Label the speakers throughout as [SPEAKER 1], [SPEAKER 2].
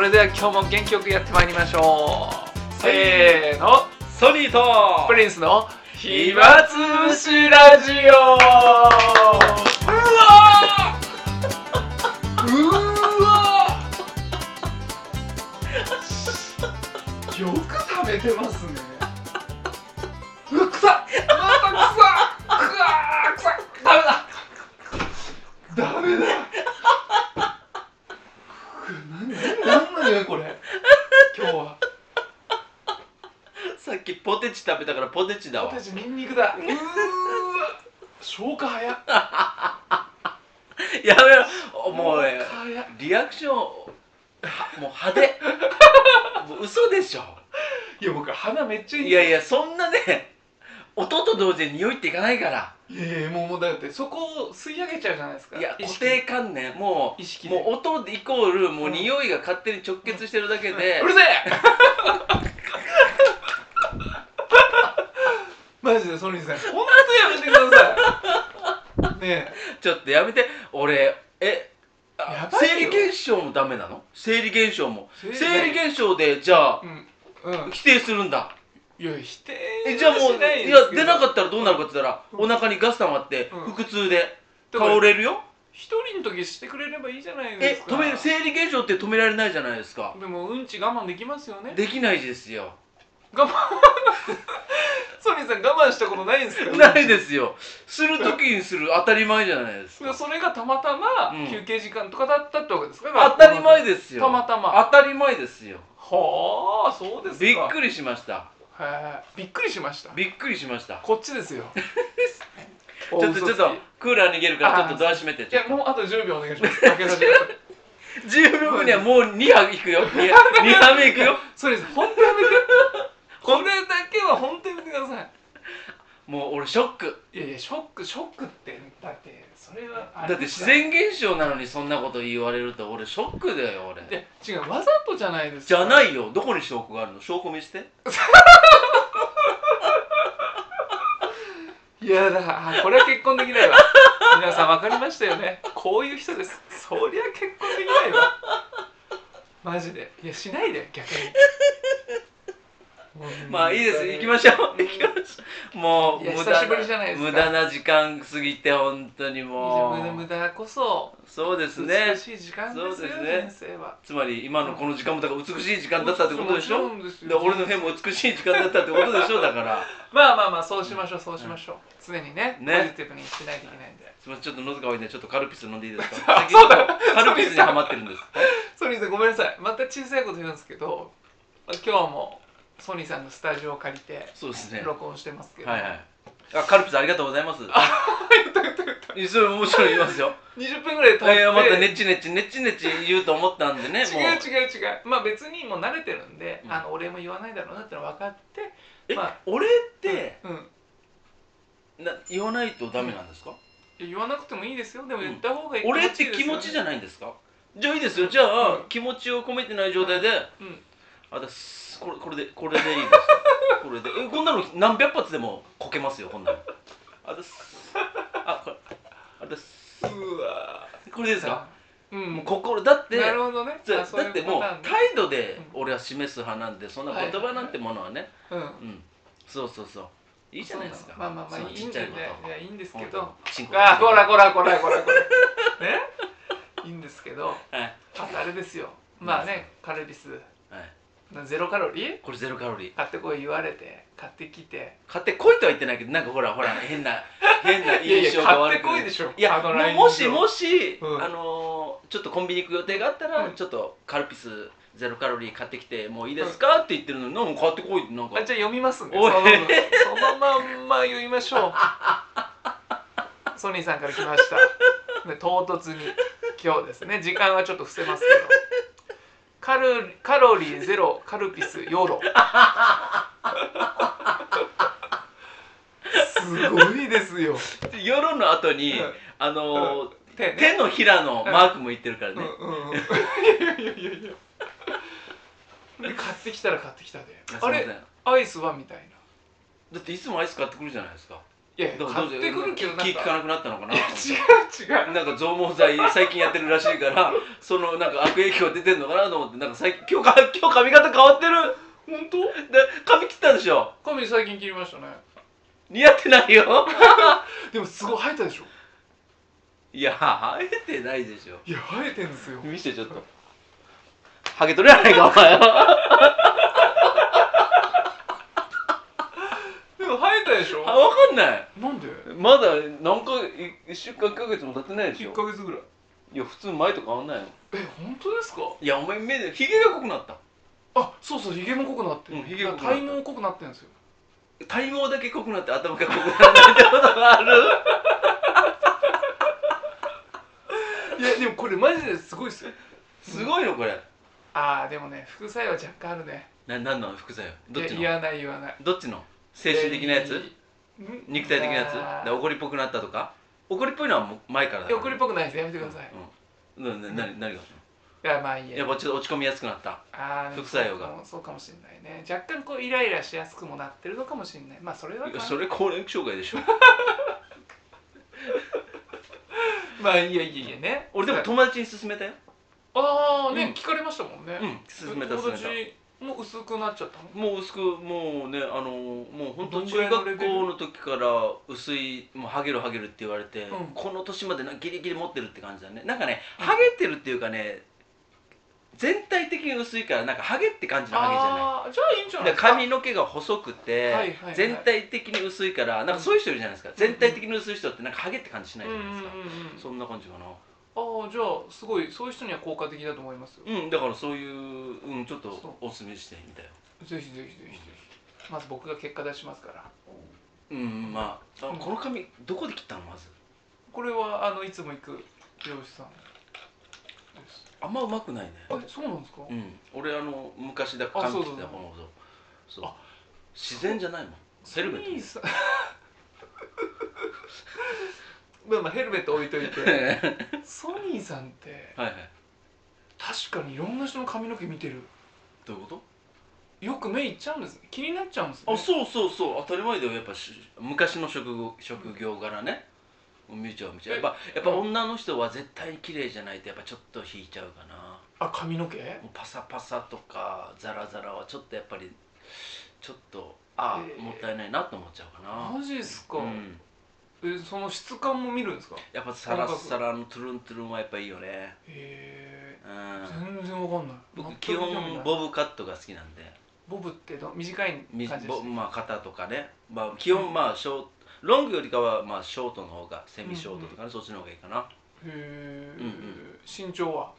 [SPEAKER 1] れでは今日も元気よくやってまいりましょうせーの
[SPEAKER 2] ソニーと
[SPEAKER 1] プリンスの暇つぶしラジオうわーうわ
[SPEAKER 2] よく食べてますね
[SPEAKER 1] ーうわ臭っうわ臭っうわー臭っダメだ
[SPEAKER 2] ダメだ何なのよこれ今日は
[SPEAKER 3] さっきポテチ食べたからポテチだわ
[SPEAKER 2] 私ニンニクだうーわ消化早っ
[SPEAKER 3] やめろもうね
[SPEAKER 2] 早っ
[SPEAKER 3] リアクションはもう派手もう嘘でしょ
[SPEAKER 2] いや僕鼻めっちゃいい
[SPEAKER 3] いやいやそんなね音と同時に匂いっていかないから
[SPEAKER 2] いやいやもうもうだってそこを吸い上げちゃうじゃないですか
[SPEAKER 3] いや
[SPEAKER 2] 意
[SPEAKER 3] 固
[SPEAKER 2] 識
[SPEAKER 3] 定観念も
[SPEAKER 2] 意識
[SPEAKER 3] う
[SPEAKER 2] で
[SPEAKER 3] もう音イコールもう
[SPEAKER 2] うん
[SPEAKER 3] 匂いが勝手に直結してるだけで
[SPEAKER 2] うるせえ マジでソニーさん本当やめてくださいね
[SPEAKER 3] ちょっとやめて俺えあ
[SPEAKER 2] やばい
[SPEAKER 3] 生
[SPEAKER 2] よ
[SPEAKER 3] 理現象もダメなの生理現象も
[SPEAKER 2] え
[SPEAKER 3] 生理現象でじゃあ
[SPEAKER 2] うんうん
[SPEAKER 3] 否定するんだ
[SPEAKER 2] いや否定
[SPEAKER 3] えじゃあもう
[SPEAKER 2] はしない
[SPEAKER 3] いや出なか
[SPEAKER 2] っ
[SPEAKER 3] ったらどうなるかって言ったら、
[SPEAKER 2] うん
[SPEAKER 3] お腹にガス溜まって、
[SPEAKER 2] うん
[SPEAKER 3] 腹痛で
[SPEAKER 2] た
[SPEAKER 3] 倒れるよ
[SPEAKER 2] 一人の時してくれればいいじゃないで
[SPEAKER 3] え
[SPEAKER 2] すか
[SPEAKER 3] 止める生理現象って止められないじゃないですか
[SPEAKER 2] でもうんち我慢できますよね
[SPEAKER 3] できないですよ
[SPEAKER 2] 我慢 ソニーさん我慢したことないんですか
[SPEAKER 3] ないですよする時にする当たり前じゃないですか
[SPEAKER 2] それがたまたま
[SPEAKER 3] うん
[SPEAKER 2] 休憩時間とかだったってわけですか
[SPEAKER 3] 当たり前ですよ
[SPEAKER 2] たまたま
[SPEAKER 3] 当たり前ですよ
[SPEAKER 2] はあそうですか
[SPEAKER 3] びっくりしました
[SPEAKER 2] はいびっくりしました
[SPEAKER 3] びっくりしました
[SPEAKER 2] こっちですよち
[SPEAKER 3] ちょっとちょっとクーラー逃げるからちょっとドア閉めて
[SPEAKER 2] いやもうあと10秒お願いし ます開けさせてください
[SPEAKER 3] 10秒後にはもう2波いくよ2波 目いくよ
[SPEAKER 2] ソニーさん本当やめてこれだけは本当やめてくださ
[SPEAKER 3] もう俺ショック
[SPEAKER 2] いいやいやショックショックってだってそれはあ
[SPEAKER 3] だっ
[SPEAKER 2] れ
[SPEAKER 3] て
[SPEAKER 2] です
[SPEAKER 3] 自
[SPEAKER 2] から
[SPEAKER 3] 然現象なのにそんなこと言われると俺ショックだよ俺
[SPEAKER 2] いや違うわざとじゃないです
[SPEAKER 3] じゃないいよどこに証拠があるの証拠見せて
[SPEAKER 2] いやだあこれは結婚できないわ皆さん分かりましたよねこういう人ですそりゃ結婚できないわマジでいやしないで逆に
[SPEAKER 3] まあいいです行き
[SPEAKER 2] し
[SPEAKER 3] ましょ
[SPEAKER 2] う
[SPEAKER 3] う
[SPEAKER 2] ん
[SPEAKER 3] 行きましょうもう
[SPEAKER 2] いや
[SPEAKER 3] 無
[SPEAKER 2] 久
[SPEAKER 3] 駄
[SPEAKER 2] しぶりじゃないで
[SPEAKER 3] な
[SPEAKER 2] すか
[SPEAKER 3] 無駄な時間過ぎて本当にも
[SPEAKER 2] 無駄無
[SPEAKER 3] う
[SPEAKER 2] 駄こそ
[SPEAKER 3] そうですね
[SPEAKER 2] 美しい時間です
[SPEAKER 3] そう
[SPEAKER 2] よ
[SPEAKER 3] ですね
[SPEAKER 2] 人生は
[SPEAKER 3] つまり今のこの時間もだから美しい時間だったってことでしょ
[SPEAKER 2] もちろんですよ
[SPEAKER 3] で俺の辺も美しい時間だったってことでしょだから
[SPEAKER 2] まあまあまあそうしましょうそうしましょう、常にね
[SPEAKER 3] ね
[SPEAKER 2] ポジティブにしないといけないんで、
[SPEAKER 3] すみませんちょっと喉乾いてちょっとカルピス飲んでいいですか
[SPEAKER 2] あそうだ
[SPEAKER 3] 最近カルピスにハマってるんです
[SPEAKER 2] ソニーさんごめんなさいまた小さいこと言うんですけど今日もソニーさんのスタジオを借りて
[SPEAKER 3] そうですねは
[SPEAKER 2] 録音してますけ
[SPEAKER 3] い
[SPEAKER 2] ど、
[SPEAKER 3] はいあカルピスありがとうございますいやそれ面白い言いま すよ
[SPEAKER 2] 20分ぐらい
[SPEAKER 3] い
[SPEAKER 2] 経って、
[SPEAKER 3] やまたネチネチネチネチ言うと思ったんでねも
[SPEAKER 2] 違う違う違うまあ別にもう慣れてるんで、
[SPEAKER 3] うん
[SPEAKER 2] あのお礼も言わないだろうなってのは分かって
[SPEAKER 3] え
[SPEAKER 2] まあ
[SPEAKER 3] 俺って
[SPEAKER 2] うん
[SPEAKER 3] な言わないとダメなんですか
[SPEAKER 2] 言わなくてもいいですよでも言った方がいい、
[SPEAKER 3] 俺って気持ちじゃ
[SPEAKER 2] ない
[SPEAKER 3] ないんですかじゃあいいですよじゃあ、
[SPEAKER 2] うん
[SPEAKER 3] 気持ちを込めてない状態で、
[SPEAKER 2] うん
[SPEAKER 3] あだすこれこれでこれでいい ですこれでえこんなの何百発でもこけますよこんなのあだすあこれあだす
[SPEAKER 2] うわ
[SPEAKER 3] これで
[SPEAKER 2] です
[SPEAKER 3] か、
[SPEAKER 2] うん
[SPEAKER 3] もう心だって
[SPEAKER 2] なるほどね
[SPEAKER 3] だ
[SPEAKER 2] あそうい
[SPEAKER 3] だってもう
[SPEAKER 2] パターンね
[SPEAKER 3] 態度で俺は示す派なんでそんな言葉なんてものはね、
[SPEAKER 2] うん
[SPEAKER 3] うんそうそうそういいじゃないですか
[SPEAKER 2] まあまあまあ
[SPEAKER 3] その
[SPEAKER 2] いい
[SPEAKER 3] ちっ
[SPEAKER 2] ん
[SPEAKER 3] ちゃ
[SPEAKER 2] で
[SPEAKER 3] い
[SPEAKER 2] ね
[SPEAKER 3] こ
[SPEAKER 2] いや
[SPEAKER 3] と
[SPEAKER 2] いいんですけ
[SPEAKER 3] 本
[SPEAKER 2] ど
[SPEAKER 3] 当に
[SPEAKER 2] あ
[SPEAKER 3] チンコ
[SPEAKER 2] ーこらこらこらこらこらね いいんですけど
[SPEAKER 3] はい
[SPEAKER 2] あとあれですよまあねカルピス
[SPEAKER 3] はい
[SPEAKER 2] ゼロカロリー
[SPEAKER 3] これゼロカロリー
[SPEAKER 2] 買ってこい言われて買ってきて
[SPEAKER 3] 買ってこいとは言ってないけどなんかほらほら 変な変ない
[SPEAKER 2] やいや
[SPEAKER 3] 印象が悪く
[SPEAKER 2] 買ってこいでしょ
[SPEAKER 3] いや
[SPEAKER 2] あのライン
[SPEAKER 3] ももしもし、
[SPEAKER 2] うん
[SPEAKER 3] あのーちょっとコンビニ行く予定があったら、
[SPEAKER 2] うん
[SPEAKER 3] ちょっとカルピスゼロカロリー買ってきてもういいですか、って言ってるのになんか買ってこいってなんか
[SPEAKER 2] あじゃあ読みますんでそ
[SPEAKER 3] お
[SPEAKER 2] の
[SPEAKER 3] い
[SPEAKER 2] そのまんま読みましょうソニーさんから来ましたで唐突に今日ですね時間はちょっと伏せますけどカルカロリーゼロカルピスヨロすごいですよ、
[SPEAKER 3] 夜の後に、
[SPEAKER 2] うん
[SPEAKER 3] あのー
[SPEAKER 2] 手ね
[SPEAKER 3] 手のひらのマークも言ってるからね、
[SPEAKER 2] うんうんうんいやいやいやいやで買ってきたら買ってきたで
[SPEAKER 3] いやすい
[SPEAKER 2] あ
[SPEAKER 3] ません
[SPEAKER 2] れアイスはみたいな
[SPEAKER 3] だっていつもアイス買ってくるじゃないですか
[SPEAKER 2] いや
[SPEAKER 3] どう
[SPEAKER 2] 買ってくるけどなんか
[SPEAKER 3] 気
[SPEAKER 2] 違
[SPEAKER 3] 利かなくなったのかなと思って
[SPEAKER 2] う違う
[SPEAKER 3] なんか増毛剤最近やってるらしいから そのなんか悪影響出てんのかなと思ってなんか最近今日か 今日髪型変わってる
[SPEAKER 2] 本当
[SPEAKER 3] で髪切ったでしょ
[SPEAKER 2] 髪最近切りましたね
[SPEAKER 3] 似合ってないよ
[SPEAKER 2] でもすごい生えたでしょ
[SPEAKER 3] いや生えてないでしょ
[SPEAKER 2] いや生えてんですよ
[SPEAKER 3] 見せてちょっとハゲとるやないかお 前は
[SPEAKER 2] でも生えたでし
[SPEAKER 3] あ
[SPEAKER 2] ょ
[SPEAKER 3] 分かんない
[SPEAKER 2] なんで
[SPEAKER 3] まだ何か1週間1ヶ月も経ってないでし
[SPEAKER 2] 1
[SPEAKER 3] ょ
[SPEAKER 2] ヶ月ぐらい
[SPEAKER 3] いや普通前と変わんないよ
[SPEAKER 2] え本当ですか
[SPEAKER 3] いやお前目でヒゲが濃くなった
[SPEAKER 2] あそうそうひげも濃くなってる、
[SPEAKER 3] うんひげが濃くなった
[SPEAKER 2] 体毛濃くなってるんですよ
[SPEAKER 3] 体毛だけ濃くなって頭が濃くならないってことがある
[SPEAKER 2] いやでもこれマジですごいっすよ
[SPEAKER 3] すごいのこれ
[SPEAKER 2] ああでもね副作用若干あるね
[SPEAKER 3] な何の副作用どっち
[SPEAKER 2] いや言わ
[SPEAKER 3] の
[SPEAKER 2] ない言わない
[SPEAKER 3] どっちの精神的なやつ、
[SPEAKER 2] えーん
[SPEAKER 3] 肉体的なやつ
[SPEAKER 2] あ
[SPEAKER 3] で怒りっぽくなったとか怒りっぽいのはもう前からだ
[SPEAKER 2] ーい
[SPEAKER 3] か
[SPEAKER 2] や
[SPEAKER 3] ら
[SPEAKER 2] 怒りっぽくないですやめてください、い
[SPEAKER 3] うん、うん、なな何何が
[SPEAKER 2] やまあいいや
[SPEAKER 3] やっぱちょっと落ち込みやすくなった
[SPEAKER 2] あー
[SPEAKER 3] 副作用が
[SPEAKER 2] そうかもしれないね若干こうイライラしやすくもなってるのかもしれないまあそれはい
[SPEAKER 3] やそれ高齢障 害でしょ
[SPEAKER 2] まあいいやいいやね
[SPEAKER 3] 俺でも友達に勧めたよ
[SPEAKER 2] ああね、
[SPEAKER 3] うん
[SPEAKER 2] 聞かれましたもんね、
[SPEAKER 3] うん勧めた
[SPEAKER 2] 友
[SPEAKER 3] 勧めた
[SPEAKER 2] 達も薄くなっちゃったの
[SPEAKER 3] もう薄くもうねあのもう本当
[SPEAKER 2] どんぐ
[SPEAKER 3] 中
[SPEAKER 2] らいのレ
[SPEAKER 3] 学
[SPEAKER 2] ベル
[SPEAKER 3] 校の時から薄いもうハゲるハゲるって言われて、
[SPEAKER 2] うん
[SPEAKER 3] この年までなギリギリ持ってるって感じだねなんかねハゲてるっていうかね全体的に薄いからなんかハゲって感じのハゲじゃない
[SPEAKER 2] ああーじゃあいいんじゃない
[SPEAKER 3] で
[SPEAKER 2] ですか
[SPEAKER 3] 髪の毛が細くて、
[SPEAKER 2] はいはいはい
[SPEAKER 3] 全体的に薄いからなんかそういう人いるじゃないですか、全体的に薄い人ってなんかハゲって感じしないじゃないですか、
[SPEAKER 2] うんうんうんうん
[SPEAKER 3] そんな感じかな
[SPEAKER 2] ああじゃあすごいそういう人には効果的だと思いますよ、
[SPEAKER 3] うんだからそういう、うん、ちょっと
[SPEAKER 2] そ
[SPEAKER 3] おすすめしてみたよ
[SPEAKER 2] ぜひぜひぜひぜひまず僕が結果出しますから
[SPEAKER 3] うんまああ
[SPEAKER 2] うん
[SPEAKER 3] この髪どこで切ったのまず
[SPEAKER 2] これはあのいつも行く美容師さんです
[SPEAKER 3] あんまうまくないね
[SPEAKER 2] えそうなんですか、
[SPEAKER 3] うん俺あの昔だ
[SPEAKER 2] あ
[SPEAKER 3] 髪切
[SPEAKER 2] そう
[SPEAKER 3] っ
[SPEAKER 2] そう
[SPEAKER 3] てた
[SPEAKER 2] そう
[SPEAKER 3] ものそうそう
[SPEAKER 2] あ
[SPEAKER 3] 自然じゃないもんヘルメッ
[SPEAKER 2] いいさ まあまあヘルメット置いとい
[SPEAKER 3] ト
[SPEAKER 2] て
[SPEAKER 3] は
[SPEAKER 2] ソニーさんって
[SPEAKER 3] いはい
[SPEAKER 2] 確かにいろんな人の髪の毛見てる
[SPEAKER 3] どういうこ
[SPEAKER 2] よく目いっちゃうんです気になっちゃうんです
[SPEAKER 3] と
[SPEAKER 2] ね
[SPEAKER 3] あそうそうそう当たり前だよやっぱし昔の職業職業柄ね見ちゃう見ちゃうやっぱやっぱ女の人は絶対に綺麗じゃないとやっぱちょっと引いちゃうかな
[SPEAKER 2] あ髪の毛
[SPEAKER 3] もうパサパサとかザラザラはちょっとやっぱりちょっとああ、
[SPEAKER 2] えー
[SPEAKER 3] もったいないなと思っちゃうかな
[SPEAKER 2] マジっすか、
[SPEAKER 3] うん、
[SPEAKER 2] えその質感も見るんですか
[SPEAKER 3] やっぱサラッサラのトゥルントゥルンはやっぱいいよね
[SPEAKER 2] へえ
[SPEAKER 3] うん
[SPEAKER 2] 全然わかんない
[SPEAKER 3] 僕基
[SPEAKER 2] 全く興味ない
[SPEAKER 3] 本ボブカットが好きなんで
[SPEAKER 2] ボブってど短い
[SPEAKER 3] み
[SPEAKER 2] 感じで
[SPEAKER 3] ボ
[SPEAKER 2] す
[SPEAKER 3] ブまあ肩とかね、まあ、基本まあショートロングよりかはまあショートの方がセミショートとかね、そっちの方がいいかな
[SPEAKER 2] へえ、
[SPEAKER 3] うんう
[SPEAKER 2] 身長は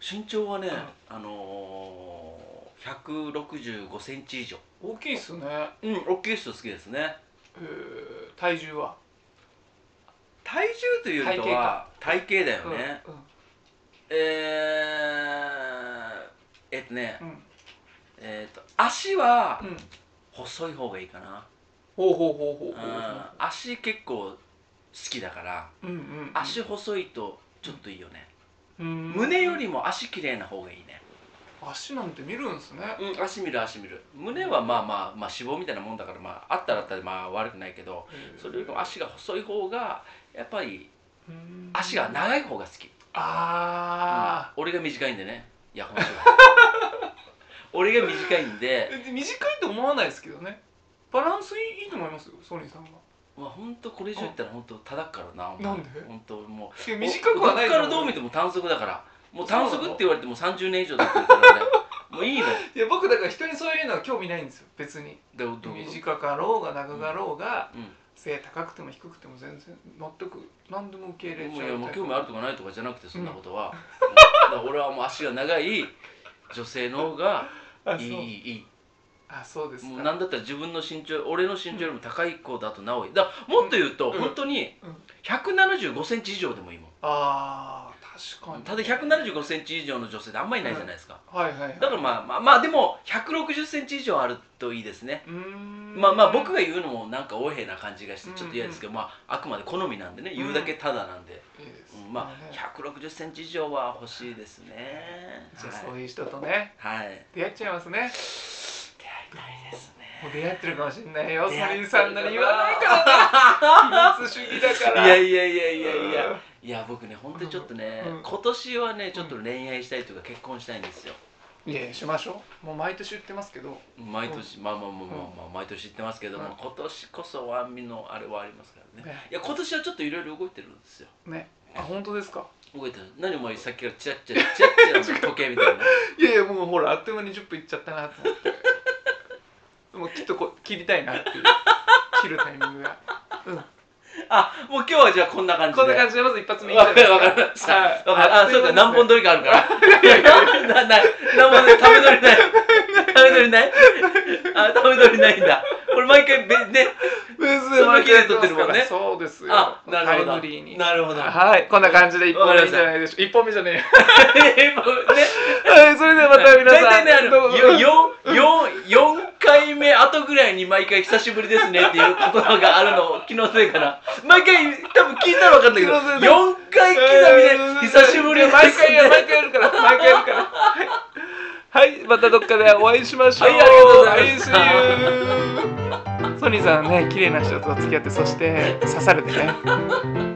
[SPEAKER 3] 身長はね、
[SPEAKER 2] うん
[SPEAKER 3] あのー、165センチ以上
[SPEAKER 2] 大きいっすねへ
[SPEAKER 3] うん大きい人好きですね
[SPEAKER 2] え体重は
[SPEAKER 3] 体重というよりかは体型だよね、
[SPEAKER 2] うん
[SPEAKER 3] えー、えっとね、
[SPEAKER 2] うん
[SPEAKER 3] えっと足は
[SPEAKER 2] うん、うん、
[SPEAKER 3] 細い方がいいかな、
[SPEAKER 2] ほうほうほうほうほう
[SPEAKER 3] うん足結構好きだから
[SPEAKER 2] うんうん
[SPEAKER 3] 足細いとちょっといいよね、
[SPEAKER 2] うん
[SPEAKER 3] 胸よりも足綺麗な方がいいね、
[SPEAKER 2] 足なんて見るんすね
[SPEAKER 3] うん、足見る足見る胸はまあまあまあ脂肪みたいなもんだからまああったらあったでまあ悪くないけどそれよりも足が細い方がやっぱり
[SPEAKER 2] うん
[SPEAKER 3] 足が長い方が好き、
[SPEAKER 2] あ
[SPEAKER 3] 俺が短いんでねいや本当 は俺が短いんで
[SPEAKER 2] あ、え短いと思わないですけどねバランスいいいいと思いますよソニーさんは
[SPEAKER 3] まあ本当これ以上言ったら本当叩くからな。
[SPEAKER 2] なんで
[SPEAKER 3] 本当も
[SPEAKER 2] いや
[SPEAKER 3] う。
[SPEAKER 2] 短くはない
[SPEAKER 3] ど
[SPEAKER 2] と
[SPEAKER 3] っ
[SPEAKER 2] 思
[SPEAKER 3] からどう見ても短足だから。もう短足って言われても30年以上経ってるから俺もう いいの。
[SPEAKER 2] いや僕だから人にそういうのは興味ないんですよ別に
[SPEAKER 3] でどう
[SPEAKER 2] 短かろうが長かろうが、
[SPEAKER 3] うん。
[SPEAKER 2] 背高くても低くても全然全く何でも受け入れ
[SPEAKER 3] も
[SPEAKER 2] ち
[SPEAKER 3] う
[SPEAKER 2] ゃ
[SPEAKER 3] いうやもう興味
[SPEAKER 2] あ
[SPEAKER 3] あるとかないとかじゃなくてそんなことは。だから俺はもう足が長い女性の方が
[SPEAKER 2] そう
[SPEAKER 3] いいいい。
[SPEAKER 2] あそうですか
[SPEAKER 3] もうなんだったら自分の身長俺の身長よりも高い子だとなおいい。だからもっと言うと
[SPEAKER 2] うん
[SPEAKER 3] 本当に
[SPEAKER 2] うん
[SPEAKER 3] 175センチ以上でもいいもん。
[SPEAKER 2] あー確かに
[SPEAKER 3] ただ175センチ以上の女性ってあんまりいないじゃないですか。
[SPEAKER 2] はいはいはい
[SPEAKER 3] だからまあまあまあでも160センチ以上あるといいですね。
[SPEAKER 2] うーん
[SPEAKER 3] まあまあ僕が言うのもなんか横柄な感じがしてちょっと嫌ですけど、まああくまで好みなんでね言うだけただなんで、
[SPEAKER 2] いいです
[SPEAKER 3] うんま
[SPEAKER 2] ね
[SPEAKER 3] あ160センチ以上は欲しいですね。
[SPEAKER 2] じゃあそう
[SPEAKER 3] はい。
[SPEAKER 2] いう人とね
[SPEAKER 3] はい。
[SPEAKER 2] 出会っちゃいますね
[SPEAKER 3] 出会いたいですね。
[SPEAKER 2] もう出会ってるかもしれないよソ
[SPEAKER 3] 出
[SPEAKER 2] ニ
[SPEAKER 3] 会って
[SPEAKER 2] ー
[SPEAKER 3] る
[SPEAKER 2] さんなら言わないからな密主義だから
[SPEAKER 3] いやいやいやいやいやいや僕ね本当にちょっとね、
[SPEAKER 2] うん
[SPEAKER 3] 今年はねちょっと恋愛したいというか結婚したいんですよ
[SPEAKER 2] いやいやしましょうもう毎年言ってますけど
[SPEAKER 3] 毎年、まあまあまあまあ、まあ、毎年言ってますけども、
[SPEAKER 2] うん
[SPEAKER 3] 今年こそはみのあれはありますからね
[SPEAKER 2] ね
[SPEAKER 3] いや今年はちょっといろいろ動いてるんですよ
[SPEAKER 2] ねあ本当ですか
[SPEAKER 3] 動いてる何お前さっきからチラッチラチラッチラの時計みたいない
[SPEAKER 2] やいやもうほらあっという間に10分いっちゃったなと思 ってもうきっとこう切りたいなっていう切るタイミングが
[SPEAKER 3] あもう今日はじゃあこんな感じで
[SPEAKER 2] こんな感
[SPEAKER 3] じ
[SPEAKER 2] じでまず一発目い
[SPEAKER 3] わかるわかる
[SPEAKER 2] はい
[SPEAKER 3] わかるあそうか何本
[SPEAKER 2] で
[SPEAKER 3] 撮りかあるからいやいやなな何本撮りため撮りないため撮りないあため撮りないんだこれ毎回べね
[SPEAKER 2] 別
[SPEAKER 3] そ
[SPEAKER 2] で
[SPEAKER 3] の
[SPEAKER 2] 毎
[SPEAKER 3] 切れ
[SPEAKER 2] 回
[SPEAKER 3] 撮ってるもんね
[SPEAKER 2] そうですよ
[SPEAKER 3] あなるほ
[SPEAKER 2] タイ
[SPEAKER 3] ど
[SPEAKER 2] ムリーに
[SPEAKER 3] なるほど
[SPEAKER 2] はいこんな感じで一本目いいんじゃないでしょうか一本目じゃねえよ
[SPEAKER 3] ね
[SPEAKER 2] はいそれではまた皆さん
[SPEAKER 3] 大体ねあ
[SPEAKER 2] どうぞ
[SPEAKER 3] のよよよ4回目後ぐらいに毎回久しぶりですねっていう言葉があるの気のせいかな毎回多分聞いたら分かんないけど
[SPEAKER 2] 気のせいだ
[SPEAKER 3] 4回刻みで久しぶりですね
[SPEAKER 2] 毎回や毎回やるから毎回やるからはい、はい、またどっかでお会いしましょう
[SPEAKER 3] はいありがとうございました
[SPEAKER 2] はい See you ソニーさんね綺麗な人と付き合ってそして刺されてね